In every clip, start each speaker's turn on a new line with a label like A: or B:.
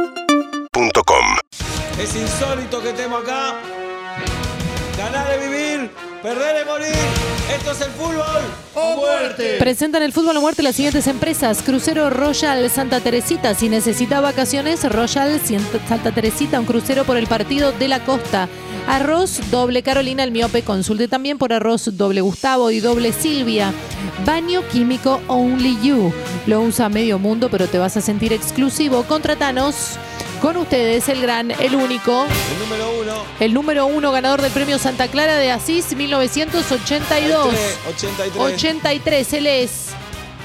A: UrbanaPlayFM.com
B: Es insólito que estemos acá. Ganar es vivir, perder es morir. Esto es el fútbol.
C: Oh,
B: ¡O muerte!
D: Presentan el fútbol a muerte las siguientes empresas. Crucero Royal Santa Teresita. Si necesita vacaciones, Royal Sient- Santa Teresita, un crucero por el partido de la costa. Arroz doble Carolina el miope. Consulte también por arroz doble Gustavo y doble Silvia. Baño químico Only You. Lo usa medio mundo, pero te vas a sentir exclusivo. Contratanos con ustedes el gran, el único,
B: El número uno.
D: el número uno ganador del premio Santa Clara de Asís 1982.
B: 83.
D: 83, él es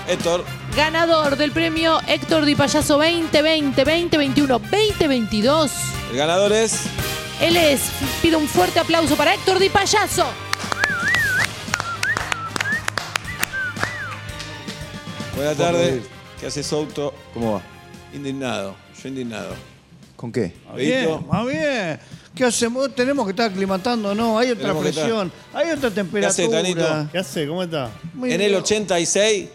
B: Héctor.
D: ganador del premio Héctor Di Payaso 2020, 2021, 2022.
B: El ganador es.
D: Él es, pido un fuerte aplauso para Héctor Di Payaso.
B: Buenas tardes. ¿Qué haces, Souto?
E: ¿Cómo va?
B: Indignado. Yo indignado.
E: ¿Con qué?
B: Abito.
C: Bien, más bien. ¿Qué hacemos? Tenemos que estar aclimatando, no, hay otra
B: Tenemos que
C: presión, hay otra
B: ¿Qué hace,
C: temperatura.
B: Tanito?
F: ¿Qué hace? ¿Cómo está?
C: Muy
B: En el
C: bien.
B: 86,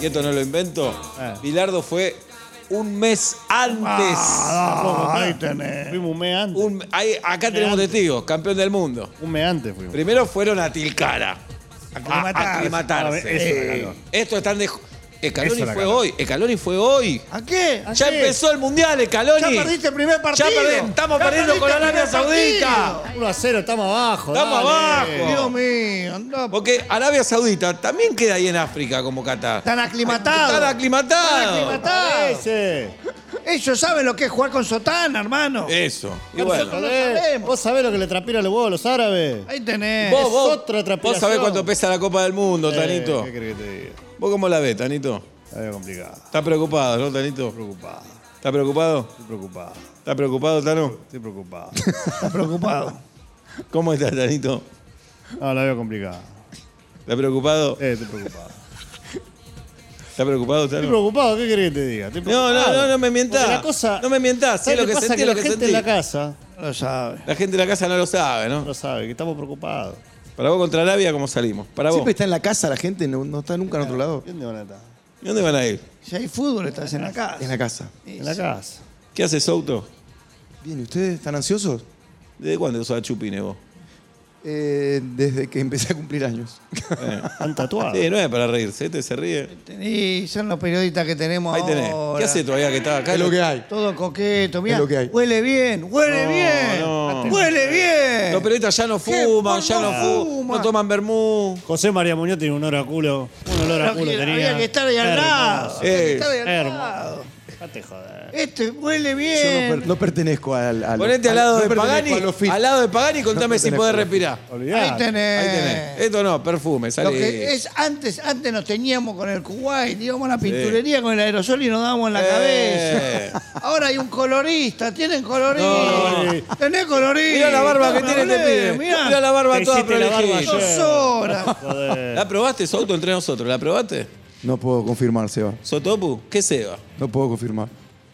B: y esto no lo invento,
F: Ah.
B: Bilardo fue un mes antes.
C: Ah, ahí tenés.
F: Fuimos un mes antes. Un,
B: Un- ahí- acá tenemos
F: antes.
B: testigos, campeón del mundo.
F: mes antes fuimos.
B: Primero fueron a Tilcara. A
C: Aclimatarse.
B: aclimatarse. Eh,
F: A ver, eso la ganó.
B: Esto están de. Escaloni
F: Eso Ah, la
B: fue
F: ganó.
B: hoy. Escaloni fue hoy.
C: ¿A qué? ¿A
B: Ya
C: qué?
B: empezó el mundial, eh, Escaloni.
C: Ya perdiste el primer partido.
B: Ya perdí- estamos
C: Ya
B: perdiendo con
C: perdiste el
B: Arabia
C: primer
B: Saudita.
C: partido.
F: 1 a 0, estamos abajo.
B: Estamos
F: dale.
B: abajo.
C: Dios mío, andá.
B: Porque Arabia Saudita también queda ahí en África como Qatar.
C: Están aclimatados.
B: Están aclimatados.
C: Están aclimatados.
F: Ese.
C: Ellos saben lo que es jugar con sotana, hermano.
B: Eso. Y
C: Pero
B: bueno.
C: No lo
F: Eh,
C: sabemos.
F: Vos sabés lo que le transpiran los huevos a los árabes.
C: Ahí tenés.
B: Vos, vos,
F: otra
B: vos
F: transpiración.
B: sabés cuánto pesa la Copa del Mundo,
F: Eh,
B: Tanito.
F: ¿Qué crees que te diga?
B: ¿Vos cómo la ves, Tanito?
F: La veo complicada.
B: ¿Estás preocupado, no, Tanito?
F: Preocupado,
B: ¿Estás preocupado?
F: estoy preocupado,
B: ¿Estás preocupado, Tano?
F: estoy preocupado.
C: Está preocupado.
B: ¿Cómo estás, Tanito?
F: No, la veo complicada.
B: ¿Estás preocupado?
F: Eh, estoy preocupado.
B: ¿Estás preocupado,
F: Estoy
B: Tano?
F: preocupado, ¿qué querés que te diga? Estoy
B: No, no,
F: preocupado.
B: no, no me mientás.
F: Porque La cosa,
B: No me mientás, sé
F: ¿sabés
B: lo
F: qué
B: que
F: pasa?
B: sentí, lo
F: la
B: que
F: gente
B: sentí.
F: en la casa
C: Lo sabe.
B: La gente de la casa no lo sabe, ¿no?
F: no sabe que estamos preocupados.
B: Para vos contra Arabia, ¿cómo salimos? Para vos.
E: Siempre está en la casa la gente, no, no está nunca en otro lado.
F: ¿Dónde van a estar?
B: ¿Y dónde van a ir?
C: Si hay fútbol, estás en la casa.
E: En la casa.
F: En la casa.
B: ¿Qué hace Souto?
E: Bien, ¿y ustedes están ansiosos?
B: ¿Desde cuándo usás chupines vos?
E: Eh, desde que empecé a cumplir años.
B: Eh.
F: Están tatuados.
B: Sí, no es para reírse, este se ríe.
C: Y son los periodistas que tenemos
B: Ahí tenés.
C: ahora.
B: ¿Qué hace todavía que está acá?
E: Es lo que hay.
C: Todo coqueto, mirá.
E: Es lo que hay.
C: Huele bien, huele
B: No,
C: bien.
B: no.
C: Huele bien.
B: Los periodistas ya no fuman,
C: ¿Qué?
B: ya no
C: No
B: fuman,
C: fuman.
B: no toman vermú.
F: José María Muñoz tiene un olor a culo. Un olor a
C: Pero
F: culo
C: que
F: tenía.
C: Había que estar ahí al
F: Hermoso.
C: lado.
B: Eh,
C: Había que estar ahí al lado.
F: Hermoso. Dejate joder.
C: Este huele
E: Yo no,
C: bien.
E: per- no pertenezco al. al
B: Ponete al lado de Pagani, al lado de Pagani y contame si
E: pertenezco
B: podés
E: a los
B: respirar.
F: Olvidate.
C: ahí tenés.
B: Ahí tenés. Esto no, perfume,
C: Eh. Lo
B: sale.
C: que es antes, antes nos teníamos con el Kuwait, íbamos a la pinturería con el aerosol y nos dábamos en la
B: Eh.
C: cabeza. Ahora hay un colorista, tienen colorista.
F: No.
C: Tenés colorista.
B: Mirá la barba que tiene este
C: hablé,
B: pibe.
C: mirá.
B: Mirá la barba
F: Te
B: toda
F: hiciste la barba
B: prolijita.
F: ayer.
C: Dos horas.
F: Joder.
B: ¿La probaste, Soto, entre nosotros? ¿La probaste?
E: No puedo confirmar, Seba.
B: ¿Sotopu? ¿Qué Seba?
E: No puedo confirmar.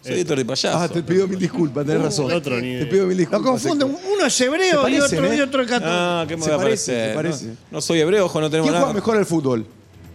F: Eh.
B: Soy Héctor de Payaso.
E: Ah, te pido mil disculpas, tenés razón.
F: el otro ni
E: te
F: idea.
E: pido mil
C: Lo
E: disculpas.
C: confunden.
E: Héctor.
C: Uno es hebreo
E: Se
C: y
E: parecen,
C: otro,
E: ¿eh?
C: y otro es católico.
B: Ah, ¿qué me
E: Se
B: voy a
E: parece,
B: parecer?
E: se parece.
B: No, no soy hebreo, ojo, no tenemos
E: ¿Quién juega
B: nada.
E: mejor al fútbol?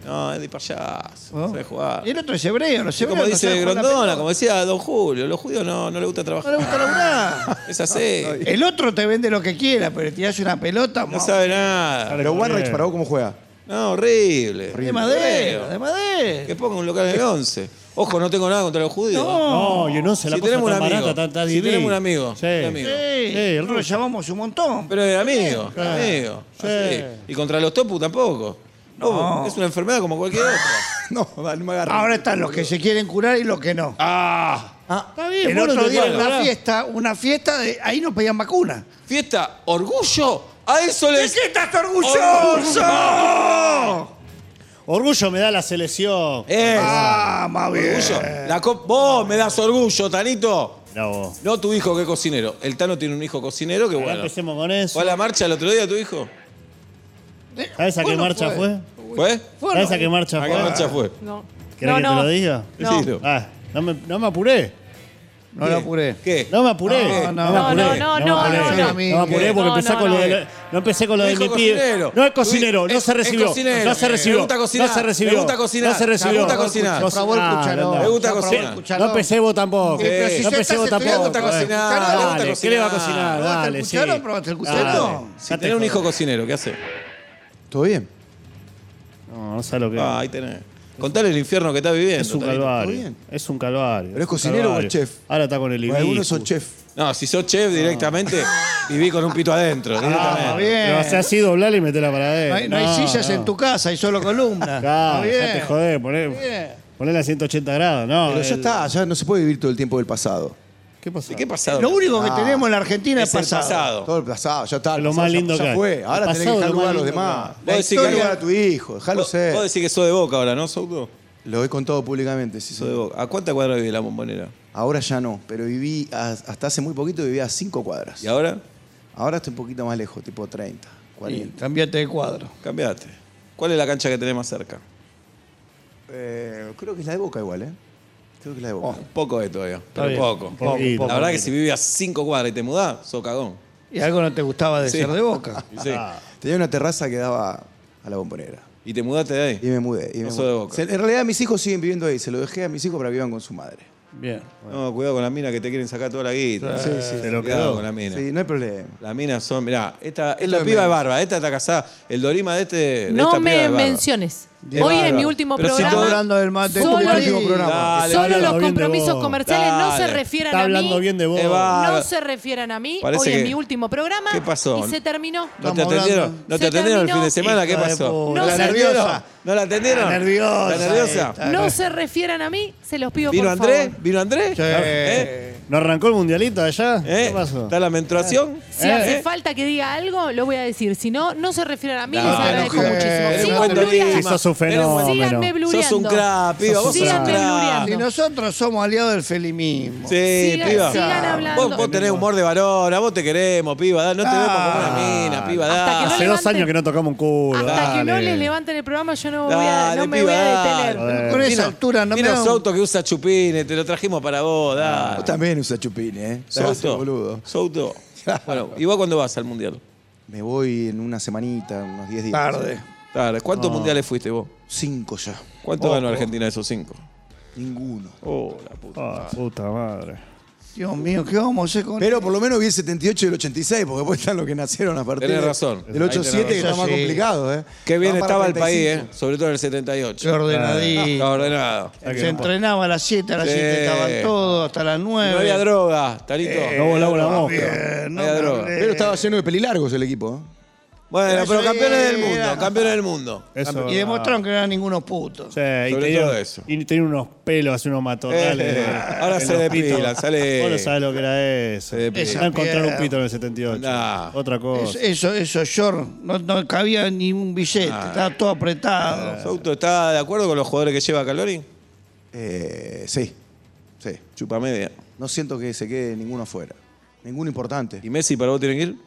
B: No, es de payaso.
C: Oh.
B: No sabe
C: Y el
B: jugar.
C: otro es hebreo. Los
B: Sí,
C: hebreos
B: como
C: no
B: dice
C: saben jugar a la
B: Grondona,
C: pelota.
B: como decía Don Julio, los judíos no, no les gusta
C: No le
B: trabajar.
C: gusta laburar.
B: Es así.
C: El otro te vende lo que quiera, pero le tirás una pelota.
B: No
C: mo-
B: sabe nada.
E: Pero Warreich, para vos, ¿cómo juega?
B: No, horrible.
C: De
B: Horrible.
C: madera, de madera.
B: Que ponga un local en el 11. Ojo, no tengo nada contra los judíos.
F: No, y no se la
B: Si
F: cosa
B: tenemos
F: tan
B: un amigo.
F: barata, tan, tan
B: Si
F: divina.
B: tenemos un amigo.
F: Sí.
B: Un amigo.
C: Sí,
F: Sí, el
C: nosotros
F: ruso.
C: llamamos un montón.
B: Pero de amigo, de
F: claro.
B: amigo.
F: Sí.
B: así. Y contra los topu tampoco. No, es una enfermedad como cualquier otra.
E: No, no me agarra.
C: Ahora están los que se quieren curar y los que
B: Ah,
C: no.
F: Está bien,
C: El
F: vos no
C: otro
F: te
C: día en
F: quieras
C: una
F: curar.
C: fiesta, una fiesta, de, ahí nos pedían vacuna.
B: Fiesta, orgullo. A eso
C: ¿De
B: les.
C: qué estás orgulloso?
F: Orgullo me da la selección.
B: Eso.
C: Ah, más bien.
B: Eh, orgullo. La co- vos me das orgullo, Tanito.
F: Mirá vos.
B: No tu hijo que es cocinero. El Tano tiene un hijo cocinero que
F: Ahora
B: bueno.
F: empecemos con eso.
B: ¿Fue a la marcha el otro día tu hijo?
F: ¿Sabes a qué
C: Bueno,
F: marcha fue?
B: ¿Fue?
F: ¿Sabes a qué marcha
B: ¿A
F: fue?
B: qué marcha fue?
D: No.
F: ¿Querés que te lo diga?
D: No.
B: Decilo.
F: Ah, no me, no me apuré.
C: No lo apuré.
B: ¿Qué?
F: No me apuré.
C: No, no,
F: me
C: no,
F: apuré,
D: no,
F: me
D: no,
F: apuré.
D: no,
C: no.
F: me apuré porque
D: No,
F: empecé
D: no,
F: con lo
D: no.
F: de, la- no empecé con lo de
B: Dijo
F: mi pibe.
B: cocinero.
F: No es cocinero, no
B: Es-
F: se
B: es
F: recibió.
B: cocinero.
F: No se
B: Me
F: recibió.
B: gusta cocinar,
F: No se recibió.
B: me gusta cocinar,
F: No se
B: me
F: recibió.
B: gusta cocinar.
F: No
C: Por
F: se-
C: favor,
F: ah,
C: cucharón.
F: no, no.
B: Me gusta
C: Por favor,
B: cocinar.
F: No empecé vos tampoco.
C: Eh, pero si
F: no
C: ya
F: empecé
C: estás
F: vos tampoco.
C: estudiando,
B: te gusta
F: eh.
B: cocinar, te gusta
F: Dale, ¿Qué le va a
B: cocinar.
F: cocinar?
C: ¿Probaste el
F: Dale, sí.
C: cucharo? ¿Probaste el cucharo?
F: Dale.
B: Si
F: Ya te
B: tenés un
F: jodas.
B: hijo cocinero, ¿qué hace?
E: ¿Todo bien?
F: No, no sé lo que
B: Ah, ahí tenés. Contale el infierno que está viviendo.
F: es un
B: Tarito.
E: ¿todo
F: calvario.
E: bien?
F: Es un calvario.
E: ¿Pero es
F: un
E: cocinero o es
F: calvario.
E: chef?
F: Ahora está con el
E: Porque
F: ibis.
E: Algunos son chef.
B: No, si sos chef directamente, viví con un pito adentro. directamente.
C: bien.
F: Pero hace así, doblarle y metela para
C: No
F: adentro.
C: hay, no hay sillas
F: no.
C: en tu casa, hay solo columnas.
F: Claro,
C: Está
F: ya te
C: bien.
F: jodés, poné,
C: bien.
F: ponela a 180 grados, ¿no?
E: Pero ya
F: el-
E: está, ya no se puede vivir todo el tiempo del pasado.
F: ¿Qué pasó?
B: ¿De qué pasado?
C: Lo único que
E: Ah,
C: tenemos en la Argentina es,
B: es el
C: pasado.
B: pasado.
E: Todo el pasado, ya está. el
F: Lo
E: pasado
F: más
E: ya-
F: lindo
E: ya
F: que hay.
E: fue.
F: El
E: Ahora tenés que
F: pasado es
E: dejar
F: lo
E: lugar a
F: más
E: los
F: lindo
E: demás.
B: que hay.
E: Vos
B: Vos
E: decís
B: decís que-
E: lugar a tu hijo, déjalo
B: Vos,
E: ser.
B: vos decís que sos de boca ahora, ¿no, Souto?
E: Lo he contado públicamente, sí,
B: Sos de
E: sí.
B: boca. ¿A cuánta cuadra vive la bombonera?
E: Ahora ya no, pero viví, a- hasta hace muy poquito vivía a 5 cuadras.
B: ¿Y ahora?
E: Ahora estoy un poquito más lejos, tipo 30, 40.
C: Cambiate de cuadro.
B: Cambiate. ¿Cuál es la cancha que tenés más cerca?
E: Eh, creo que es la de Boca igual, ¿eh? Creo que es la de Boca.
B: Poco de todavía, pero
C: bien.
B: poco.
C: Poco,
B: la
C: poco.
B: verdad que si vivís a cinco cuadras y te mudás, sos cagón.
C: Y algo no te gustaba de
B: Sí.
C: ser de boca.
B: Y sí.
F: Ah.
E: Tenía una terraza que daba a la bombonera.
B: Y te mudaste de
E: Y
B: ahí.
E: me mudé. Y me
B: No
E: mudé.
B: sos de Boca.
E: Se- En realidad mis hijos siguen viviendo ahí. Se lo dejé a mis hijos para que vivan con su madre.
C: Bien.
B: No, cuidado con la mina que te quieren sacar toda la guita.
E: Sí, sí,
F: Se
B: Cuidado
F: lo quedó.
B: con la mina.
E: Sí, no hay problema.
B: Las minas son, mirá, esta,
E: lo
B: esta piba
E: de
B: es
E: menos.
B: barba, esta está casada. El dorima de este. de
D: No
B: esta piba
D: me
B: es barba.
D: menciones. Hoy es mi último
B: Pero si
D: programa.
B: todo
C: hablando del mate,
D: Solo,
C: es tu último programa.
B: Dale,
D: solo
F: dale,
D: los
F: habla bien de
D: compromisos
F: vos.
D: comerciales no se
B: Dale.
D: refieran
F: Está
D: a mí.
F: hablando bien de vos.
B: Es barba.
D: No se refieran a mí.
B: Parece
D: Hoy es
B: que-
D: mi último programa.
B: ¿Qué pasó?
D: Y se terminó.
B: ¿No te
C: Estamos
B: atendieron?
C: hablando.
B: ¿No te
D: Se
B: atendieron el
D: terminó.
B: fin de semana? ¿Qué
C: Hija de
B: pasó?
C: puta.
B: ¿No la
D: Está
B: atendieron?
C: nerviosa.
B: ¿No la atendieron?
C: Está nerviosa.
B: ¿Está nerviosa?
C: Está-
D: No se refieran a mí. Se los pido
B: ¿Vino
D: por
B: Andrés?
D: favor.
B: ¿Vino Andrés?
C: Sí.
B: ¿Eh?
F: ¿No arrancó el mundialito allá?
B: ¿Eh?
F: ¿Qué pasó?
B: ¿Está la menstruación?
D: Si
F: ¿Eh?
D: hace falta que diga algo, lo voy a decir. Si no, no se refieran a mí.
B: Dale, Ah,
D: les agradezco
C: mujer.
D: muchísimo.
C: Eres
D: Sigan
C: una
D: blureando.
F: Sí, sos un fenómeno.
D: Síganme
B: Sos un
D: blureando.
B: crack, piba. Vos sos un
D: Síganme
B: crack.
C: Si
D: blureando.
C: Ah. nosotros somos aliados del felimismo.
B: Sí,
D: Sigan-
B: piba.
D: sigan hablando.
B: Vos, vos tenés humor de varón, a vos te queremos, piba. da- No te vemos como una
F: Ah.
B: mina, piba.
D: Hasta
B: da.
D: que
F: Hace dos
D: levanten-
F: años que no tocamos un culo.
D: Hasta que no
F: dale.
D: les levanten el programa, yo no, voy a-
B: Dale,
D: no me
B: piba,
D: voy a
B: dale.
D: detener.
F: Joder.
C: Con esa
B: Vino-
C: altura no me
B: vino
C: da un-
B: Souto que usa chupines, te lo trajimos para vos, da.
E: Ah, Vos también usas chupines, ¿eh? Te hagas el boludo.
B: Souto. Souto. Bueno, ¿y vos cuándo vas al mundial?
E: Me voy en una semanita, unos 10 días.
C: Tarde.
B: Tarde. ¿Cuántos mundiales fuiste vos?
E: Cinco ya.
B: ¿Cuánto ganó Argentina de esos cinco?
E: Ninguno.
B: Oh, la puta.
F: Ah, puta madre.
C: Dios mío, ¿qué vamos a hacer con
E: Pero por lo menos vi el 78 y el 86, porque después están los que nacieron a partir
B: Tenés
E: de-
B: razón.
E: del
B: Ahí tenés
E: 87, que
C: razón.
E: está más
C: Sí.
E: complicado, ¿eh?
B: Qué bien
E: Va para
B: estaba el país,
E: 45.
B: ¿eh? Sobre todo en el
C: Qué
B: 78. Está
C: ordenadito.
B: ordenado.
C: Se entrenaba a las 7, a las
B: Sí.
C: 7 estaban todos, hasta las 9.
B: No había droga, Tarito.
F: Eh, No volaba la mosca.
C: Bien,
B: No había
C: me
B: droga.
C: hablé.
E: Pero estaba lleno de pelilargos el equipo, ¿eh?
B: Bueno, pero
C: Eso
B: campeones del
C: era.
B: mundo, campeones del mundo.
F: Eso,
C: Y demostraron que no eran ningunos putos.
F: Sí, y
B: Sobre
F: tenía-
B: todo eso.
F: Y tenía unos pelos, así unos matorrales.
B: Eh, ahora se
F: de pito.
B: depilan, sale-
F: Vos no sabés lo que era eso.
B: Se depilan.
F: No encontrar un
C: Esa
F: pito en el 78.
B: Nah.
F: Otra
C: Eso,
F: cosa.
C: eso, eso, short, no, no cabía ni un billete,
B: Ah.
C: estaba todo apretado.
B: Souto, ¿está de acuerdo con los jugadores que lleva Calori?
E: Eh, sí, sí.
B: Chupa media.
E: No siento que se quede ninguno afuera. Ninguno importante.
B: ¿Y Messi para vos tiene que ir?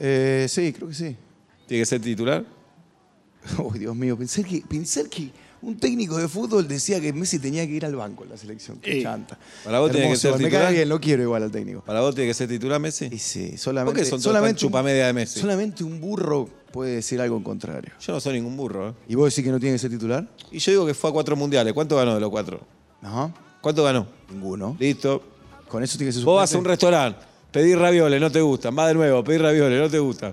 E: Eh, sí, creo que sí.
B: ¿Tiene que ser titular?
E: Oh, Dios mío, pensar que, pensar que un técnico de fútbol decía que Messi tenía que ir al banco en la selección. Qué
C: Eh,
E: chanta.
B: para vos tiene que ser
E: Me
B: titular.
E: cae bien, lo quiero igual al técnico.
B: ¿Para vos tiene que ser titular Messi?
E: Y sí, solamente,
B: ¿Por qué son todos
E: solamente
B: tan chupamedia de Messi?
E: Solamente un burro puede decir algo en contrario.
B: Yo no soy ningún burro. ¿eh?
E: ¿Y vos decís que no tiene que ser titular?
B: Y yo digo que fue a cuatro mundiales. ¿Cuánto ganó de los cuatro?
E: Ajá.
B: ¿Cuánto ganó?
E: Ninguno.
B: Listo.
E: Con eso tiene que ser
B: Vos vas a un
E: suplente.
B: restaurante, pedís ravioles, no te gustan. Vas de nuevo, pedís ravioles, no te gustan.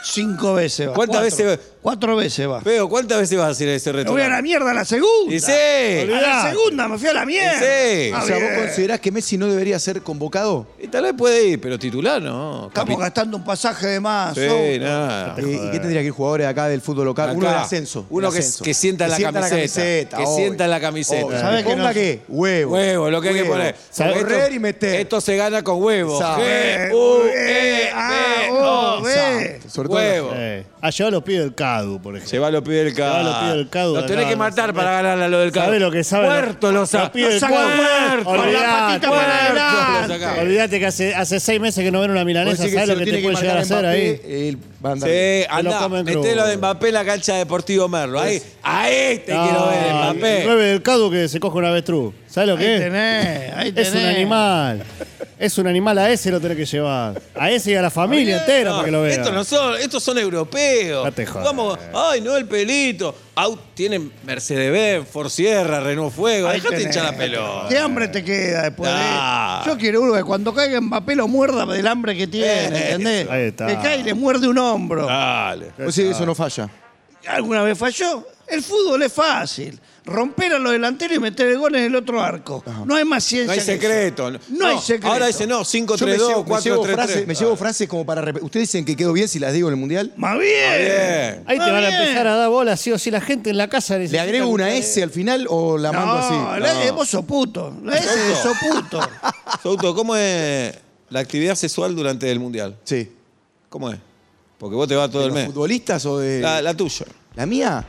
C: Cinco veces va.
B: ¿Cuántas
C: cuatro.
B: veces va?
C: Cuatro veces va.
B: Pero, ¿cuántas veces vas a ir a ese
C: Me voy a la
B: restaurante?
C: mierda a la segunda.
B: Y sí.
C: A la segunda me fui a la mierda.
B: Sí.
C: Ah,
E: O sea,
C: bien.
E: ¿vos considerás que Messi no debería ser convocado?
B: Y tal vez puede ir, pero titular no.
C: Estamos gastando un pasaje de más.
B: Sí,
C: Souto.
B: nada.
E: Eh, ¿Y qué tendría que ir jugadores acá del fútbol local?
B: Acá.
E: uno de ascenso.
B: Uno
E: de
B: que-
E: ascenso.
B: que sienta la camiseta. Que
E: obvio.
B: sienta la camiseta.
E: Obvio.
C: ¿Sabés que
E: Ponga
C: no-
E: qué? Huevo.
B: Huevo, lo que hay que
E: Huevo.
B: poner.
E: Saber
B: Porque
E: correr
B: esto-
E: y meter.
B: Esto se gana con huevo.
E: Exacto.
B: G, U, E, B,
C: Ah,
B: O.
C: oh, ve.
E: Sobre todo
B: Huevo.
F: Eh. A llevar los pibes del CADU, por ejemplo.
B: Se va a los pibes del CADU.
F: Se va a los pibes del CADU
B: Los
F: de
B: tenés
F: acá,
B: que
F: no
B: matar
F: sé.
B: para ganar a lo del CADU.
F: ¿Sabés lo que saben?
B: Muerto los
F: Los pibes del
C: saca
F: CADU.
C: muerto, con la patita para
F: Olvidate.
C: adelante.
B: Sacá.
F: Olvídate que hace, hace seis meses que no ven una milanesa.
E: Vos decís
F: ¿Sabes
E: si
F: lo que te
E: tiene
F: puede llegar a hacer
E: marcar
F: ahí?
E: Mbappé, él va a andar bien.
B: Sí,
F: lo
B: andá,
F: comen crudo.
B: metelo de Mbappé en la cancha de Deportivo Merlo. Ahí, ahí te quiero ver,
F: Ah,
B: Mbappé.
F: El 9 del CADU que se coge un avestruz. ¿Sabes lo
C: Ahí
F: que es?
C: tenés, ahí tenés.
F: Es un animal. Es un animal, a ese lo tenés que llevar. A ese y a la familia entera
B: No,
F: para que lo vean.
B: Estos no son, estos son europeos.
F: No te jodas.
B: Vamos, ay, no el pelito. Au, tienen Mercedes Benz, Ford Sierra, Renault Fuego.
C: Ahí
B: Dejate
C: tenés.
B: hinchar la pelota.
C: ¿Qué hambre te queda después
B: Ah.
C: de Yo quiero uno que cuando caiga en papel lo muerda del hambre que tiene,
B: Eh, Eso.
C: ¿entendés?
F: Ahí está.
C: Le cae y le muerde un hombro.
B: Dale.
E: Vos decís que eso no falla.
C: ¿Alguna vez falló? El fútbol es fácil. Romper a los delanteros y meter el gol en el otro arco. No hay más ciencia.
B: No hay
C: que eso.
B: secreto.
C: No, hay secreto.
B: Ahora dice no, 5,
E: Yo me
B: 3, 2,
E: llevo, me
B: 4,
E: llevo
B: 3,
E: frases,
B: 3.
E: me llevo frases como para repetir. ¿Ustedes dicen que quedó bien si las digo en el mundial?
C: Más bien.
B: Bien.
F: Ahí te
C: Ah,
F: van a
C: bien.
F: empezar a dar bola, sí o sí. La gente en la casa
E: ¿Le
F: necesita
E: agrego una
F: mucha-
E: S al final o la mando
C: No,
E: así?
C: la- eh, vos sos puto. La S de
B: Puto.
C: sos puto.
B: Souto, ¿cómo es la actividad sexual durante el mundial?
E: Sí.
B: ¿Cómo es? Porque vos te vas todo el
E: ¿De los
B: mes.
E: futbolistas o de.?
B: La, la tuya.
E: ¿La mía?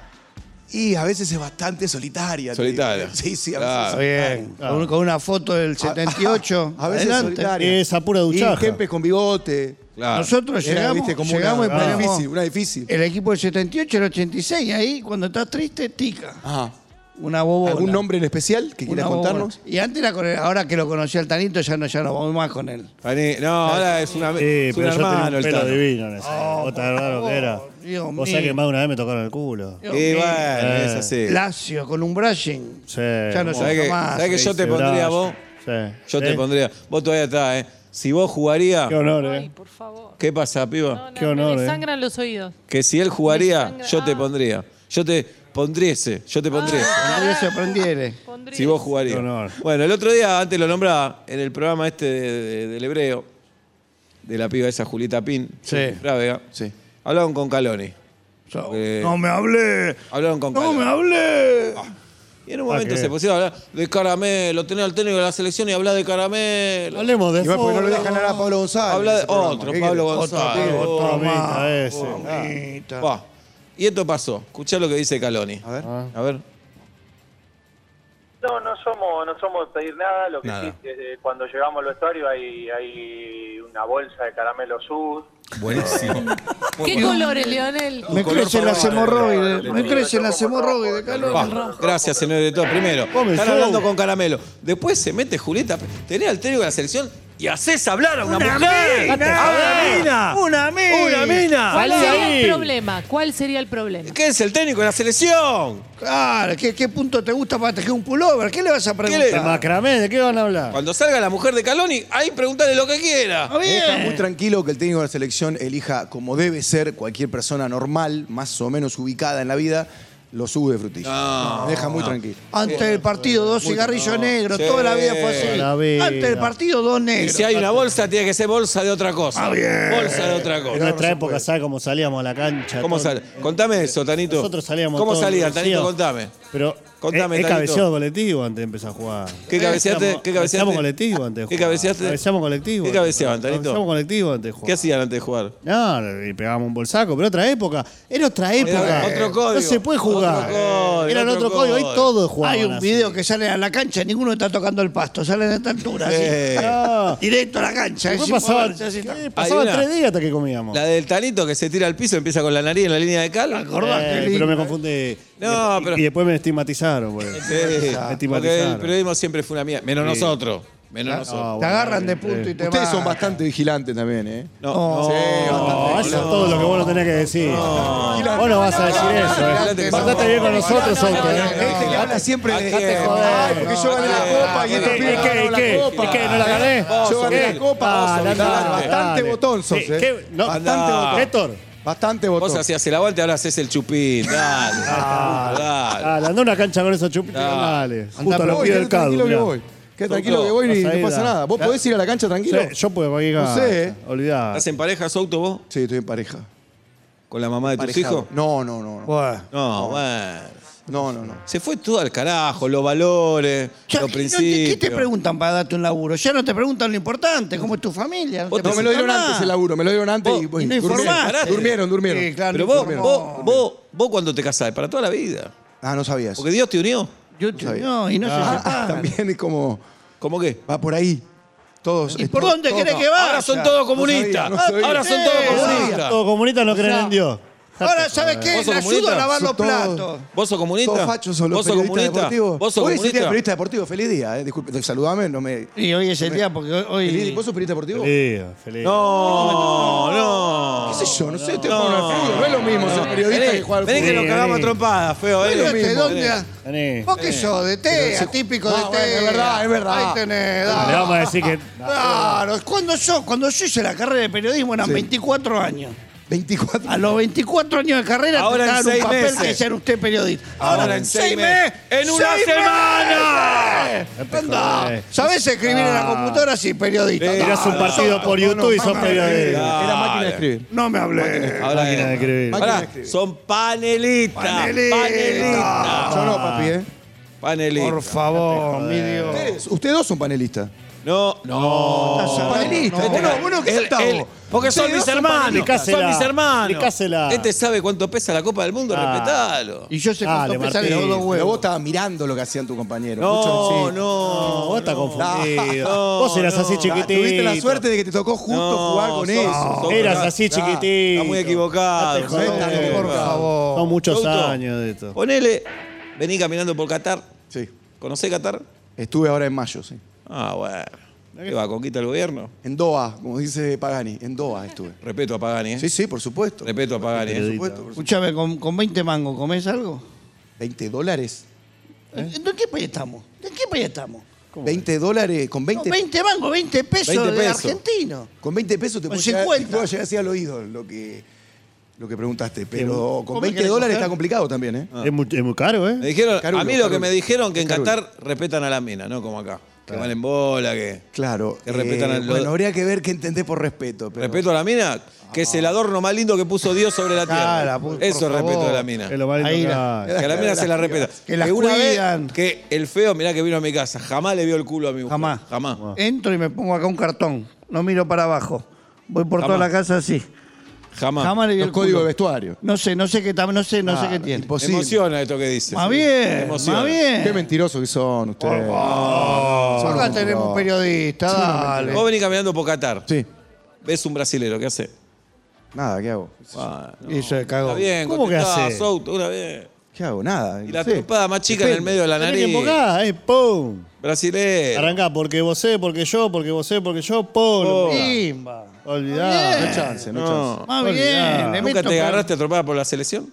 E: Y a veces es bastante solitaria. te digo.
B: Solitaria.
E: Sí, sí, a
B: Claro.
E: veces.
C: Está bien. Con- Con una foto del 78.
E: A veces
C: Adelante.
E: solitaria.
F: Esa pura
E: Y
F: duchaja.
E: Kempes con bigote.
B: Claro.
C: Nosotros
E: Era,
C: llegamos,
E: viste, como
C: llegamos
E: una,
C: y
E: una
C: ponemos Eh,
E: difícil, una difícil.
C: el equipo del 78, el 86. y Ahí, cuando estás triste, tica.
E: Ajá.
C: Una bobona.
E: Ah, ¿Algún nombre en especial que
C: Una
E: quieras
C: bobona.
E: contarnos?
C: Y antes era con él. Ahora que lo conocí al Tanito, ya no, ya no vamos más con él.
B: Tani- no, ahora es una
F: Sí,
B: es un
F: pero yo tenía
B: hermano
F: un
B: el
F: pelo
B: Tano.
F: divino en ese.
C: Oh,
F: Vos te
C: por
F: acordás lo que era.
C: favor, Dios
F: Vos sabés
C: mío.
F: que más de una vez me tocaron el culo.
C: Dios
B: Y
C: mío.
B: bueno,
F: Eh.
B: es así.
C: Lacio, con un brushing.
F: Sí.
C: Ya no
B: ¿Sabés
C: Nunca
B: que,
C: más,
B: sabés que
C: sí,
B: yo te
F: sí,
B: pondría
F: brazo.
B: vos?
F: Sí.
B: Yo te
F: ¿Eh?
B: pondría. Vos todavía estás, ¿eh? Si vos jugaría.
F: Qué honor, eh.
D: Por favor.
B: ¿Qué pasa, piba?
D: No, no,
F: Qué
D: me
F: honor, eh.
D: sangran los oídos.
B: Que si él jugaría,
D: Me sangra-
B: yo te
D: ah.
B: pondría. Yo te pondriese. Yo te pondriese.
C: Nadie se aprendiere.
D: Pondría-
B: Si vos jugarías.
F: Qué honor.
B: Bueno, el otro día, antes lo nombraba, en el programa este de- de- del hebreo, de la piba esa Julita Pin,
C: Sí.
B: Frávega,
E: Sí.
B: hablaban con Caloni.
C: So-
B: Eh.
C: No me hablé.
B: Hablaron con
C: No
B: Caloni.
C: me hablé.
B: Y en un momento
F: Ah, ¿qué?
B: se pusieron a hablar de caramelo, tener al técnico de la selección y hablar de caramelo.
F: Hablemos de
E: Igual porque no
F: fútbol.
E: le dejan hablar a Pablo González.
B: Habla de
E: ese programa.
B: otro,
E: ¿Qué
B: Pablo
E: querés?
B: González.
E: Otro,
B: Otro,
C: Tomá,
F: mamita, ese.
C: mamita.
B: Pa. Y esto pasó. Escuchá lo que dice Caloni.
E: A ver.
F: Ah.
B: A ver.
A: No, no somos, no somos de pedir nada. Lo que
B: Nada.
A: sí, eh, cuando llegamos al vestuario hay, hay una bolsa de caramelo sur.
B: Buenísimo.
D: ¿Qué colores, Leonel?
C: Me
B: color
C: crecen las
B: favorito.
C: hemorroides.
A: Le
C: Me
A: digo,
C: crecen
A: yo
C: las
A: como rojo,
C: hemorroides,
A: yo
C: calor.
B: Pa, gracias, señor de todo. Primero,
F: Come
B: están
F: show.
B: hablando con caramelo. Después se mete Julieta. Tenés al técnico de la selección y haces hablar a una, mujer. ¡A una mina!
C: Una mina.
B: ¡Una mina!
D: ¿Cuál
F: Salí
D: sería
F: ahí.
D: el problema? ¿Cuál sería el problema?
B: ¿Qué es el técnico de la selección?
C: Claro, ¿qué, qué punto te gusta para tejer un pullover? ¿Qué le vas a
B: le-
F: El
C: preguntar?
F: macramé, ¿de qué van a hablar?
B: Cuando salga la mujer de Caloni, ahí preguntale lo que quiera.
C: Ah, bien.
E: Está muy tranquilo que el técnico de la selección elija, como debe ser, cualquier persona normal, más o menos ubicada en la vida, lo sube de frutilla. Deja muy tranquilo.
C: Antes del partido, dos cigarrillos negros.
B: Sí.
C: Toda la vida fue así.
F: La vida.
C: Antes del partido, dos
B: Y
C: negros.
B: si hay una bolsa, tiene que ser bolsa de otra cosa.
C: Ah, bien.
B: Bolsa de otra
F: En
B: cosa.
F: nuestra época, ¿sabes cómo salíamos a la cancha?
B: ¿Cómo
F: Todo-
B: sale? Contame eso, Tanito.
F: Nosotros salíamos
B: ¿Cómo
F: todos
B: salían, Tanito?
F: enloquecidos.
B: Contame.
F: Pero
B: Contame,
F: he, he
B: Tanito.
F: cabeceado colectivo antes de empezar a jugar.
B: ¿Qué cabeceaste?
F: Cabeceamos-
B: ¿Qué cabeceaste?
F: Cabeceamos colectivo antes de
B: ¿Qué
F: jugar.
B: cabeceaste?
F: Cabeceamos colectivo.
B: ¿Qué cabeceaban, Tanito?
F: Cabeceamos colectivo antes de jugar.
B: ¿Qué hacían antes de jugar?
F: No, y pegábamos un bolsaco, pero otra época. Era otra época.
B: otro código.
F: No se puede jugar.
B: Otro código,
F: Eran
B: otro
F: otro, código.
B: código.
F: Hoy todos jugaban.
C: Hay un
F: así.
C: video que sale a la cancha, ninguno está tocando el pasto, salen a esta altura. así.
F: Ah.
C: Directo a la cancha.
F: Después
C: sin
F: pasaban
C: moverse, así está.
F: ¿qué? Pasaban
B: una-
F: tres días hasta que comíamos.
B: La del Tanito que se tira al piso, empieza con la nariz en la línea de cal.
C: acordás?
F: Eh,
C: Qué lindo,
F: pero me confundí.
B: No,
F: y,
B: pero-
F: y después me estigmatizaron. por eso.
B: Sí,
F: Me
B: porque
F: estigmatizaron.
B: el periodismo siempre fue una mierda. Menos nosotros. Menos
F: Ah,
B: nosotros.
C: Te
F: bueno,
C: agarran de
F: eh,
C: punto y te
E: Ustedes son
C: matan.
E: bastante vigilantes también, ¿eh?
B: No,
C: Oh.
E: Sí, bastante.
F: No, eso es todo lo que vos no tenés que decir. Vos no vas a decir eso.
B: no,
F: eh.
B: no,
F: Portate
B: no,
F: bien con
B: no,
F: nosotros,
B: no, no,
F: Soto,
B: no,
F: eh.
B: no, no,
E: Este que habla siempre de.
B: Dejate joder.
E: Ay, porque yo gané la
B: No,
E: copa y
B: no,
E: estos
B: no,
F: ¿Y
E: pibes
B: no,
F: qué?
E: ganaron
F: ¿Y
E: la
F: qué?
E: copa.
F: ¿Y qué? ¿No la gané?
B: Vos
E: Yo gané
B: sos
E: la copa.
F: Ah,
E: vos sos
F: dale,
E: Bastante
F: dale.
E: botón sos,
F: Sí,
E: ¿eh?
F: ¿qué? No.
E: Bastante botón.
F: Héctor.
E: Bastante botón.
B: Vos hacías el aguante, ahora haces el chupín.
C: Ah.
B: Dale. Dale.
F: Dale, andá a una cancha con esos chupitos.
B: Ah.
F: Dale. Justo a los
E: Voy,
F: pies
E: quedá
F: del cadu.
E: tranquilo que
F: mirá.
E: voy. Qué tranquilo que voy
F: Vas
E: y
F: ahí,
E: no pasa
F: da.
E: nada. ¿Vos
F: Da.
E: podés ir a la cancha
F: Sí,
E: tranquilo?
F: Yo puedo ir a-
E: No sé, eh.
F: Olvidá.
B: ¿Estás en pareja, Souto, vos?
E: Sí, estoy en pareja.
B: ¿Con la mamá de tus
E: Emparejado.
B: hijos?
E: No, no, no. no.
C: Bueno,
B: No, bueno.
E: No, no, no.
B: Se fue todo al carajo, los valores,
C: Ya,
B: los
C: no te-
B: principios.
C: ¿Qué te preguntan para darte un laburo? Ya no te preguntan lo importante, cómo es tu familia.
B: Vos
C: te
E: No, me lo
C: preguntan
E: dieron
C: nada.
E: antes el laburo, me lo dieron antes
B: Vos-
E: y, bueno,
C: y no informaste.
E: durmieron, durmieron, durmieron.
C: Sí, claro,
B: Pero
C: no
B: vos,
C: informó.
B: vos, vos, vos cuando te casás, para toda la vida.
E: Ah, no sabías.
B: Porque Dios te unió.
C: Yo te-
E: No sabía.
C: no, y no se
E: Ah,
C: separa.
E: también es como
B: ¿Cómo qué?
E: va por ahí. Todos.
C: ¿Y
E: es
C: por
E: todo-
C: dónde
E: todo-
C: querés que vaya?
B: Ahora son todos comunistas.
E: no sabía.
B: Ahora son todos
C: Sí,
B: comunistas.
F: Ah, Todos comunistas no creen en Dios.
B: oh.
C: Ahora, ¿sabes qué?
B: ¿Vos sos
C: La ayudo a
B: comunista?
C: lavar
E: Son
C: los
E: todos-
C: platos.
B: ¿Vos sos comunista?
E: Todos fachos son los
B: ¿Vos sos
E: periodistas
B: comunista?
E: deportivos.
B: ¿Vos sos
E: Hoy es el día del
B: comunista?
E: periodista deportivo. Feliz día, eh. Disculpe, saludame, no me...
C: Y hoy es el día porque
E: Feliz-
C: hoy.
E: ¿Vos sos periodista deportivo?
F: Feliz, feliz.
B: No, no.
E: ¿Qué sé yo? No sé, te
B: No.
E: juegan al fútbol. No es lo mismo ser periodista que
B: Vení,
E: jugar al
B: vení que
E: fútbol.
B: nos cagamos a trompadas, feo. Es lo
C: Fíjate
B: mismo.
C: dónde
B: Vení.
C: ha-
F: Vení.
C: ¿Vos qué sos? De té, atípico de
E: Ah,
C: té.
E: bueno, es verdad, es verdad.
C: Ahí
F: Le
C: tenés. da.
F: vamos a decir que.
C: Claro, cuando yo, cuando yo hice la carrera de periodismo eran
E: Sí.
C: 24 años.
E: 24.
C: A los 24 años de carrera
B: Ahora en
C: te dan un
B: seis
C: papel
B: meses.
C: que ya era usted periodista.
B: Ahora en seis meses. ¡En una
C: ¡Seis
B: semana!
C: meses!
F: te
C: Anda,
F: jodés.
C: ¿Sabés escribir en la computadora? Sí, periodista. Ah,
B: Eh,
F: Mirás un
C: Anda,
F: partido por YouTube y sos periodista.
E: Era máquina de
B: Dale.
E: escribir.
C: No me hablé.
B: Ahora
F: Máquina de escribir.
B: Pará,
E: Máquina de escribir.
B: son panelistas.
C: Panelista.
B: Panelistas.
E: Yo no, papi, ¿eh?
B: Panelistas.
C: Por favor, mi Dios.
E: Ustedes- Ustedes dos son panelistas.
B: No, no.
E: Son panelistas.
B: Este
E: Bueno,
B: ca-
E: bueno, ¿qué
B: él-
E: saltamos?
B: él- Porque son
E: Ustedes
B: mis
E: dos
B: hermanos.
F: panelistas.
B: Son mis
F: Licásela.
B: hermanos.
F: Licásela.
B: Este sabe cuánto pesa la Copa del Mundo,
F: Ah.
B: respetalo.
C: Y yo sé
F: Dale,
C: cuánto pesan
F: Martín.
C: los dos
E: Pero vos
C: huevos.
E: estabas mirando lo que hacían tu compañero. Mucho,
B: No,
E: sí.
F: No,
B: no.
F: vos estás confundido.
B: no,
F: vos eras
B: no.
F: así
E: Ah,
F: chiquitito.
E: Tuviste la suerte de que te tocó justo
B: No,
E: jugar con
B: sos-
E: eso.
B: sos-
F: Eras así
E: Nah,
F: chiquitito.
B: Está muy equivocado.
F: No te
B: está
F: jodas,
B: muy
F: por
B: equivocado.
C: favor.
F: Son muchos
B: Producto,
F: años de esto.
B: Ponele, vení caminando por Qatar.
E: Sí.
B: ¿Conocés Qatar?
E: Estuve ahora en mayo, sí.
B: Ah, bueno. ¿Qué va? ¿Conquista el gobierno?
E: En Doha, como dice Pagani. En Doha estuve.
B: Respeto a Pagani, ¿eh?
E: Sí, sí, por supuesto. Por
B: Respeto a Pagani. ¿eh?
E: supuesto, por supuesto.
C: Escuchame, con, con 20 mangos, ¿comés algo?
E: 20 dólares.
C: ¿En qué país estamos? ¿En qué país estamos?
E: 20 dólares con
C: No,
E: 20,
C: 20 mangos, 20 pesos
B: 20
C: de
B: pesos.
C: argentino.
E: con 20 pesos te
C: Con
E: puedo llegar,
C: 50.
E: te puedo llegar así al oído lo que, lo que preguntaste. Pero
C: ¿Cómo
E: con 20
C: querés
E: dólares
C: coger?
E: está complicado también, ¿eh?
B: Ah.
F: Es, muy, es muy caro,
B: Me
F: ¿eh?
B: dijeron,
E: Carulo,
B: a mí lo que
E: Carulo.
B: me dijeron que en
E: Carulo.
B: Qatar respetan a la mina, no como acá. Que van en bola, que.
E: Claro.
B: Que respetan
E: eh,
B: al-
E: Bueno, habría que ver qué entendés por respeto. pero-
B: Respeto a la mina, que es el adorno más lindo que puso Dios sobre la tierra.
C: Cara, por- por
B: Eso es respeto
C: favor.
B: a la mina.
F: Es lo más
C: Ahí
F: lindo que
C: la-
F: hay.
B: Que a la mina se la respeta.
C: Que las
B: una vez
C: cuidan.
B: que el feo, mirá que vino a mi casa, jamás le vio el culo a mi mujer.
C: Jamás.
B: Jamás.
C: Entro y me pongo acá un cartón. No miro para abajo. Voy por toda
B: Jamás.
C: la casa así.
B: Jamás.
C: Jamás le vi
E: Los
C: el culo.
E: códigos de vestuario.
C: No sé, no sé qué tam- no sé, no sé qué tiene.
B: Me
E: Imposible.
B: Emociona esto que dice.
C: Más bien,
B: Emociona.
C: más bien.
E: Qué mentirosos que son ustedes. Son unos
C: Acá tenemos
E: mentirosos.
C: un periodista, dale.
B: Vos venís caminando por Qatar,
E: Sí.
B: ves un brasilero, ¿qué hace?
E: Nada, ¿qué hago?
B: Ah, no.
C: Y se cagó.
B: Está bien,
F: ¿Cómo que
B: contestá,
F: hace?
B: Souto, una vez.
E: ¿Qué hago? Nada.
B: Y
E: no
B: la
E: sé.
B: trompada más chica en el medio de la
F: Tenés que
B: nariz.
F: embocar, eh, ¡pum!
B: Brasilero.
F: Arrancá, porque vos sé, porque yo, porque vos sé, porque yo, ¡pum! lo embocás.
C: Simba.
F: Olvidá.
E: No hay chance, no hay chance.
B: No.
C: Más
F: Olvidá.
C: bien. le
B: ¿Nunca
C: meto
B: te
C: por-
B: agarraste atropada por la selección?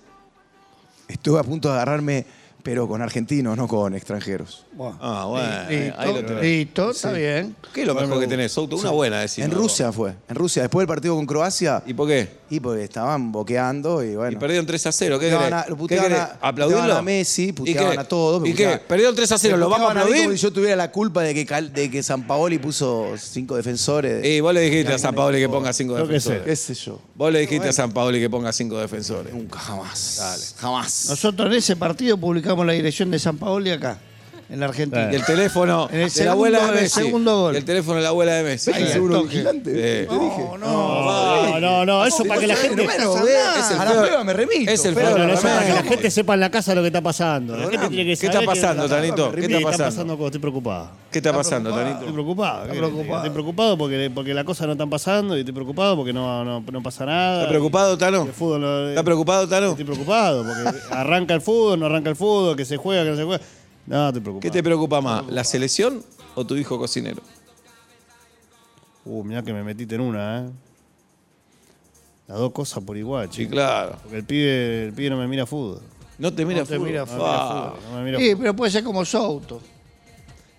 E: Estuve a punto de agarrarme, pero con argentinos, no con extranjeros.
C: Bueno,
B: Ah, bueno.
C: listo,
B: ahí lo tenés.
C: listo, está bien.
B: ¿Qué es lo mejor que tenés, Souto? Una buena, decís.
E: en
B: ¿no?
E: Rusia fue. En Rusia, después del partido con Croacia,
B: ¿Y por qué?
E: y porque estaban boqueando y
B: Y
E: bueno.
B: perdieron 3 a 0. ¿Qué
E: Puteaban
B: querés?
E: a- lo
B: ¿Qué
E: puteaban
B: querés?
E: a-
B: ¿Aplaudirlo?
E: puteaban a Messi,
B: ¿Y
E: puteaban
B: qué?
E: a todos, me
B: ¿Y qué?
E: puteaban.
B: Perdieron 3 a 0.
E: Me
B: ¿Lo vamos a
E: puteaban mí como
B: aplaudir?
E: si yo tuviera la culpa de que, Cal- de que San Paoli puso cinco defensores.
B: Y vos le dijiste a San Paoli que ponga 5
F: Yo qué sé.
B: defensores.
E: ¿Qué sé yo?
B: Vos le dijiste a San Paoli que ponga 5 defensores.
E: Nunca, jamás. Jamás.
C: Nosotros en ese partido publicamos la dirección de San Paoli acá, en la Argentina.
B: Y el teléfono
C: En el
B: de la abuela de
C: segundo- en el
B: Messi.
C: segundo gol.
B: Y el teléfono de la abuela de Messi. eh,
C: Ahí,
E: Ese
C: al
E: uno
C: toque.
E: vigilante,
B: Sí.
E: te dije.
C: No, no.
F: No, no, no, eso para que la gente.
E: No me lo
C: Bueno,
E: veas.
B: es el
E: a la
B: feo-
E: prueba me remito.
B: es el
E: feo
B: feo de
F: Bueno,
E: la
F: no,
B: la
F: eso para que la
E: remera.
F: gente sepa en la casa lo que está pasando. La gente tiene que
B: ¿Qué
F: saber
B: está
F: que-
B: pasando, Tanito?
F: Sí,
B: ¿Qué está pasando?
F: pasando? cosas, Estoy preocupado.
B: ¿Qué está pasando,
F: Estoy
B: Tanito?
F: preocupado. ¿qué?
C: preocupado.
F: Estoy preocupado porque, porque las cosas no están pasando y estoy preocupado porque no, no, no pasa nada.
B: ¿Está preocupado, Tano?
F: El fútbol no-
B: ¿Está preocupado, Tano?
F: Estoy preocupado porque arranca el fútbol, no arranca el fútbol, que se juega, que no se juega. No, estoy preocupado.
B: ¿Qué te preocupa más, la selección o tu hijo cocinero?
F: Uh, mirá que me metiste en una, ¿eh? Las dos cosas por igual,
B: Sí,
F: chico.
B: claro.
F: Porque el pibe, el pibe no me mira fútbol.
B: No te mira
F: No te
B: fútbol.
F: mira fútbol,
B: Ah.
F: no me mira
C: Sí,
F: fútbol.
C: pero puede ser como Souto.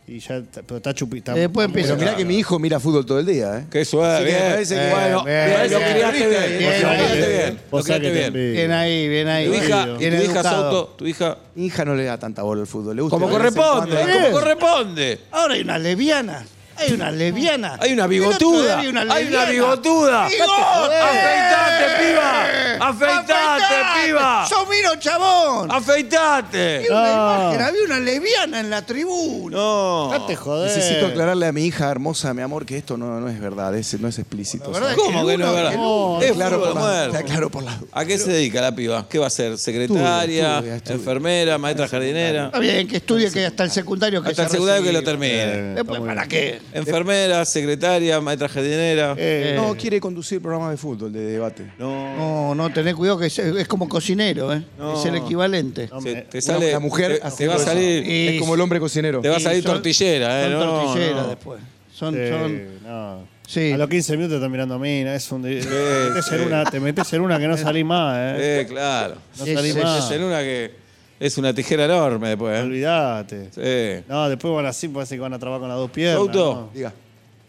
F: Y ya está, pero está chupita.
C: Después empieza.
E: Pero mirá que mi hijo mira fútbol todo el día, ¿eh?
B: Qué suave,
E: Así que
B: bien.
E: me parece que-
B: bueno,
C: Ah, Bien,
B: bien,
C: bien,
B: lo
C: bien.
B: criaste bien.
C: Bien,
B: lo criaste
C: bien.
B: bien. Lo criaste bien.
C: Bien ahí, bien ahí.
B: Tu hija,
C: Bien
B: tu hija
C: educado.
B: Soto, tu hija.
E: Mi hija no le da tanta bola al fútbol. Le gusta
B: Como
E: de vez en
C: Eh.
B: corresponde,
E: cuando.
B: como corresponde.
C: Ahora hay unas lesbianas Hay una lesbiana.
B: Hay una
C: El otro
B: bigotuda.
C: día Hay una,
B: Hay una
C: lesbiana.
B: bigotuda.
C: ¡Bigote!
B: Afeitate, piba. Afeitate, piba.
C: Eh,
B: Ah.
C: Yo miro, chabón.
B: Afeitate.
C: Hay una
F: No.
C: imagen, había una lesbiana en la tribuna.
B: No.
F: Date joder.
E: Necesito aclararle a mi hija hermosa, mi amor, que esto no, no es verdad, es- no es explícito.
C: La verdad
E: ¿sabes?
C: es
B: ¿Cómo que no es verdad?
C: el
F: uno,
B: Es
E: Está claro
B: fútbol
E: por la-
B: muerto.
E: está claro por la
B: ¿A qué se dedica la piba? ¿Qué va a ser? ¿Secretaria?
E: estudia, estudia.
B: ¿Enfermera? ¿Maestra jardinera?
C: Está bien, que estudie que hasta el secundario que
B: Hasta el
C: se
B: secundario que
C: reciba.
B: lo termine.
F: Eh,
C: Después, ¿para qué?
B: Enfermera, secretaria, maestra jardinera.
F: Eh,
E: No quiere conducir programas de fútbol, de debate.
B: No.
C: No, no, tenés cuidado que es, es como cocinero, ¿eh.
B: No.
C: Es el equivalente.
F: no,
B: Se-
F: me-
B: te sale,
E: la mujer
B: te, te
E: haciendo
B: va a
E: eso.
B: salir,
C: Y-
E: Es como el hombre cocinero.
B: te va a
C: Y
B: salir
C: son-
B: tortillera, ¿eh?
C: son
B: No,
C: tortilleras
B: no.
C: después. Son,
F: Sí,
C: son-
F: no.
C: Sí.
F: Eh, A los 15 minutos están mirando a mí. ¿no? Es un, te, metes
B: sí.
F: en una, te metes en una que no salís más, ¿eh?
B: Eh, claro.
F: No
C: sí,
F: salís
C: sí,
F: más.
B: Es en una que es una tijera enorme después. ¿eh?
F: Olvídate.
B: Sí.
F: No, después van así, parece que van a trabajar con las dos piernas.
B: Auto,
E: Diga,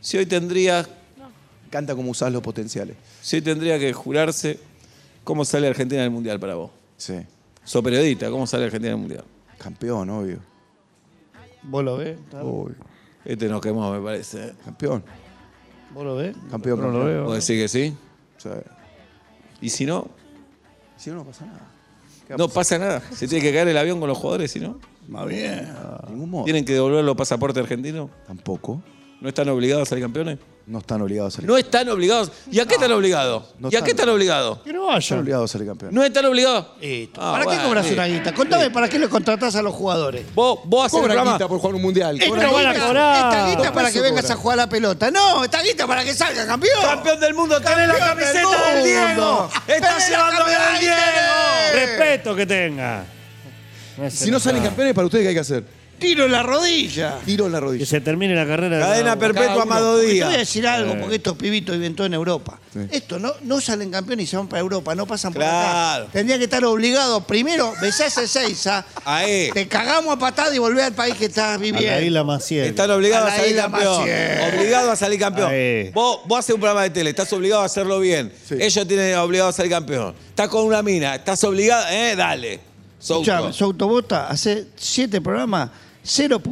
B: si hoy tendría,
E: canta como usás los potenciales.
B: si hoy tendría que jurarse, ¿cómo sale Argentina del Mundial para vos?
E: Sí.
B: Sos periodista, ¿cómo sale Argentina del Mundial?
E: Campeón, obvio.
C: ¿Vos lo ves?
E: Obvio.
B: Este nos quemó, me parece. ¿eh?
E: Campeón.
C: ¿Vos lo ves?
E: Campeón,
C: No lo
E: campeón.
C: veo.
B: ¿Vos decís que sí?
E: Sí.
B: Y si no,
E: Si no, no pasa nada. ¿Qué va a
B: no pasa nada. Se tiene que caer el avión con los jugadores, si no.
C: Más bien.
E: pasar? Ningún modo.
B: Tienen que devolver los pasaportes argentinos.
E: Tampoco.
B: No están obligados a salir campeones.
E: No están obligados a salir.
B: No están obligados. ¿Y a qué están obligados? ¿Y
E: No
B: a qué
E: están.
B: están obligados?
F: Que no
E: están
F: vayan.
E: obligados a salir campeón.
B: No están obligados.
C: Listo.
B: Ah,
C: ¿Para qué
B: bueno,
C: cobras
B: sí.
C: una guita? Contame, ¿para qué lo contratás a los jugadores?
B: Vos, vos haces el
E: Cobra
B: programa.
E: guita por jugar un mundial.
C: Esta
E: Cobra
F: no van a
C: guita-
F: cobrar.
C: esta guita
E: Dos
C: para que
E: pesos
C: vengas a
E: cobran.
C: jugar la pelota. No, esta guita para que salga campeón.
B: ¡Campeón del mundo! ¡Tenés la camiseta del
C: mundo!
B: Diego!
C: ¡Tenés
B: ¡Estás
C: la
B: llevando
C: camiseta
B: al
C: del
B: Diego!
F: Respeto que tenga.
E: Si no
B: Ah.
E: salen campeones, para ustedes, ¿qué hay que hacer?
C: Tiro en la rodilla.
E: Tiro en la
F: Que
E: rodilla.
F: se termine la carrera. de
B: Cadena
F: Raúl.
B: perpetua,
E: uno.
B: Amado
C: Te voy a
B: Díaz. Eh.
C: decir algo, porque estos pibitos inventó en Europa. Esto no, no salen campeones y se van para Europa, no pasan por
B: Claro.
C: acá. Tendría que estar obligado. Primero, besás a Ezeiza,
B: Ahí.
C: te cagamos a patada y volvés al país que estás
F: A la
C: viviendo.
F: isla Maciel.
B: Están obligados
C: A
B: a
C: la
B: salir
C: isla
B: campeón.
C: Maciel.
B: Obligados a salir campeón.
F: Ahí.
B: Vos, vos haces un programa de tele, estás obligado a hacerlo bien. Ellos tienen obligado a salir campeón. Estás con una mina, estás obligado. Eh, dale. Souto.
C: Escuchame, su autobota hace siete programas,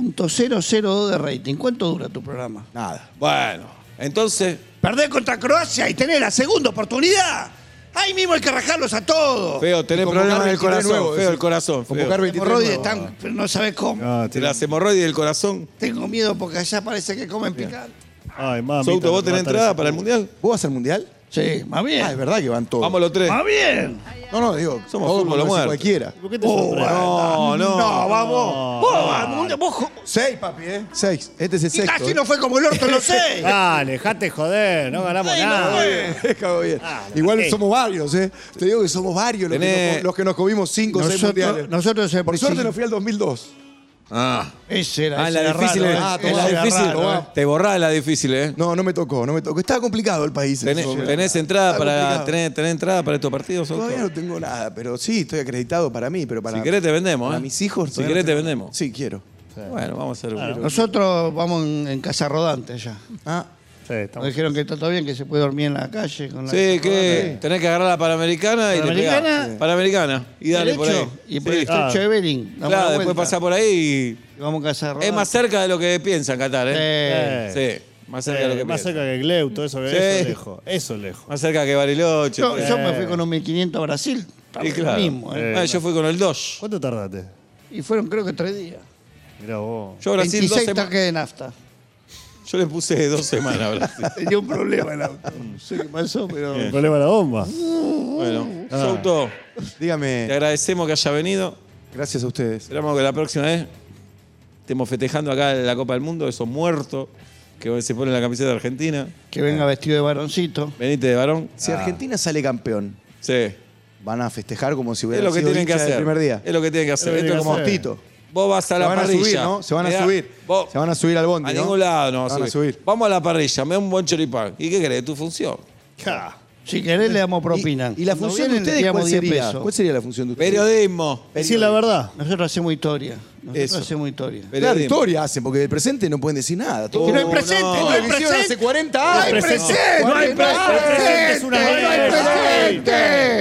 C: 0.002 de rating. ¿Cuánto dura tu programa?
E: Nada.
B: Bueno, entonces.
C: Perdés contra Croacia y tenés la segunda oportunidad. Ahí mismo hay que rajarlos a todos.
B: Feo, tenés
E: Y convocar
B: problemas en el
E: 23
B: corazón.
E: nuevos,
B: feo
E: decís.
B: el corazón. Feo. Ah.
E: Convocar 23
C: Hemorroides
E: nuevos.
C: están, pero no sabes cómo.
F: No,
B: Te
F: tiene-
B: las hemorroides del corazón.
C: Tengo miedo porque allá parece que comen picante.
F: Ay, mami.
B: Souto, ¿vos tenés entrada para el mundial?
E: ¿Vos vas al mundial?
C: Sí, más bien.
E: Ah, es verdad Ah. que van todos.
B: Vamos los tres.
C: más bien.
E: No, no, digo,
B: Somos
E: todos
B: fútbol
E: como
B: muerto.
E: cualquiera.
F: ¿Por qué te
C: Oh,
F: sorprendes?
B: No, no.
C: No, vamos. Vos, vamos, vos jo-
E: Seis, papi, ¿eh? Seis. Este es el
C: y
E: sexto.
C: casi no fue como el orto, lo sé.
F: Dale, dejate joder, no ganamos
C: Ay, no,
F: nada.
C: eh.
E: ¿eh? Cago bien.
F: Ah, no,
E: Igual
F: sí.
E: somos varios, ¿eh? Te digo que somos varios los, que,
B: Tenés-
E: nos, los que nos comimos cinco o seis
C: Nosotros-
E: mundiales.
C: nosotros el
E: Por suerte
C: principio-
E: nos fui al 2002.
B: Ah.
C: Ese era,
B: Ah, en
C: ese
B: la
C: era
B: difícil.
C: raro,
B: es-
C: eh.
E: Ah,
B: en
C: Ese
B: la
C: era
B: difícil.
C: raro, eh.
B: Te borrás de la difícil, ¿eh?
E: No, no me tocó, no me tocó. Estaba complicado el país. en
B: ¿Tenés,
E: ese momento.
B: tenés entrada
E: Está
B: para,
E: complicado.
B: tenés, tenés entrada para estos partidos? Souto?
E: Todavía no tengo nada, pero sí, estoy acreditado para mí, pero para,
B: Si querés te vendemos,
E: para
B: ¿eh?
E: mis hijos.
B: Si
E: todavía
B: querés
E: no
B: te
E: tengo-
B: vendemos.
E: Sí, quiero.
B: Bueno, vamos a hacer un...
C: Nosotros vamos en, en casa rodante ya.
E: Ah,
F: Sí,
C: Nos
F: estamos-
C: dijeron que está todo bien, que se puede dormir en la calle. Con la
B: Sí, que tenés que agarrar la Panamericana y
C: Panamericana.
B: le pegás. Panamericana. Y dale por ahí.
C: Y por
B: Sí.
C: el estrecho
F: Ah.
C: de Bering. damos
B: Claro,
C: la
B: después
C: vuelta.
B: pasás por ahí
C: Y Vamos a casa
B: y...
C: rodante.
B: Es más cerca de lo que piensan Qatar, ¿eh?
C: Eh,
F: Eh,
B: Sí, más cerca de lo
F: eh,
B: que
F: más
B: piensan.
F: cerca que Gleu, todo eso, que
B: Sí.
F: eso es lejos. Eso es lejos.
B: Más cerca que Bariloche.
C: yo,
B: todo eso.
C: yo me fui con un 1500 a Brasil.
B: Y
C: también lo
B: claro.
C: mismo, eh.
B: Ah, yo fui con el Dosh.
F: ¿Cuánto tardaste?
C: Y fueron creo que tres días.
F: Mirá vos.
B: Yo a Brasil dos
C: 26
B: semanas.
C: tanques de nafta.
B: Yo le puse dos semanas a Brasil.
C: Tenía un problema el auto. No sé qué pasó, pero...
F: El problema de la bomba.
B: Bueno,
C: Ah.
B: Souto, te
E: dígame,
B: agradecemos que haya venido.
E: gracias a ustedes.
B: Esperamos que la próxima vez estemos festejando acá la Copa del Mundo, esos muertos que se ponen la camiseta de Argentina.
C: Que venga vestido de varoncito.
B: Venite de varón.
E: Si Argentina sale campeón,
B: Sí. Es
E: van a festejar como si hubiera
B: lo que
E: sido
B: tienen que
E: hincha del
B: hacer.
E: primer día.
B: Es lo que tienen que hacer.
F: Es lo que
B: Esto es
F: tienen que
B: como
F: hacer.
E: Tito.
B: vos vas a
E: Se
B: la
E: van a
B: parrilla.
E: subir, ¿no? Se van a
B: Mirá,
E: subir.
B: vos-
E: Se van a subir al bondi,
B: A
E: ¿no?
B: ningún lado no
E: Se van a subir.
B: Vamos a la parrilla, me da un buen choripán. ¿Y qué querés? Tu función.
F: Ja.
C: Si querés le damos
E: Y-
C: propina.
E: ¿Y, la
C: Cuando
E: función de
C: vienen, le
E: ustedes
C: tiramos
E: cuál
C: 10
E: sería?
C: pesos.
E: ¿Cuál sería la función de ustedes?
B: Periodismo.
F: Decir la verdad.
C: Nosotros hacemos historia. Nosotros
E: Eso.
C: hacemos historia.
E: Claro,
B: Periodismo.
E: historia hacen, porque del presente no pueden decir nada. Todo-
C: Que no hay
B: no.
C: presente, no hay
E: Lo que hicieron
C: presente.
E: hace 40 años.
C: No hay presente, no hay
F: presente, es
C: presente,
F: una
C: no hay
F: ley.
C: presente. No hay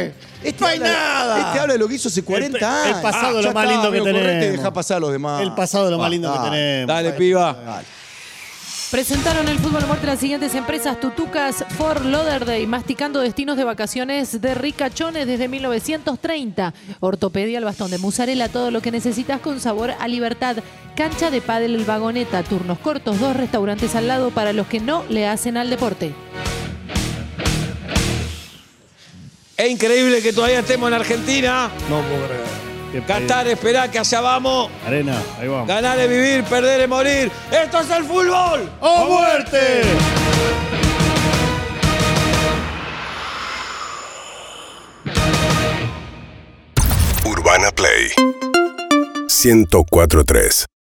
E: habla- Este
C: nada.
E: habla de lo que hizo hace 40
F: El pe- el
E: años. Ah,
F: pasado
E: ya
F: lo más
E: está,
F: lindo que
E: amigo, correte y
F: tenemos.
B: Ah.
E: deja pasar a los demás.
F: El pasado es lo más lindo que
E: Basta.
F: tenemos.
B: Dale, piba.
E: Dale.
D: Presentaron el fútbol a muerte las siguientes empresas: Tutucas, Fort Lauderdale, masticando destinos de vacaciones de ricachones desde 1930. Ortopedia, el bastón de musarela, todo lo que necesitas con sabor a libertad. Cancha de pádel, el vagoneta, turnos cortos, dos restaurantes al lado para los que no le hacen al deporte.
B: Es increíble que todavía estemos en Argentina.
F: No puedo creer. Qué país.
B: Qatar, esperá que allá vamos.
F: Arena, ahí vamos.
B: Ganar es vivir, perder es morir. ¡Esto es el fútbol!
F: ¡O ¡Oh, muerte!
G: Urbana Play 1043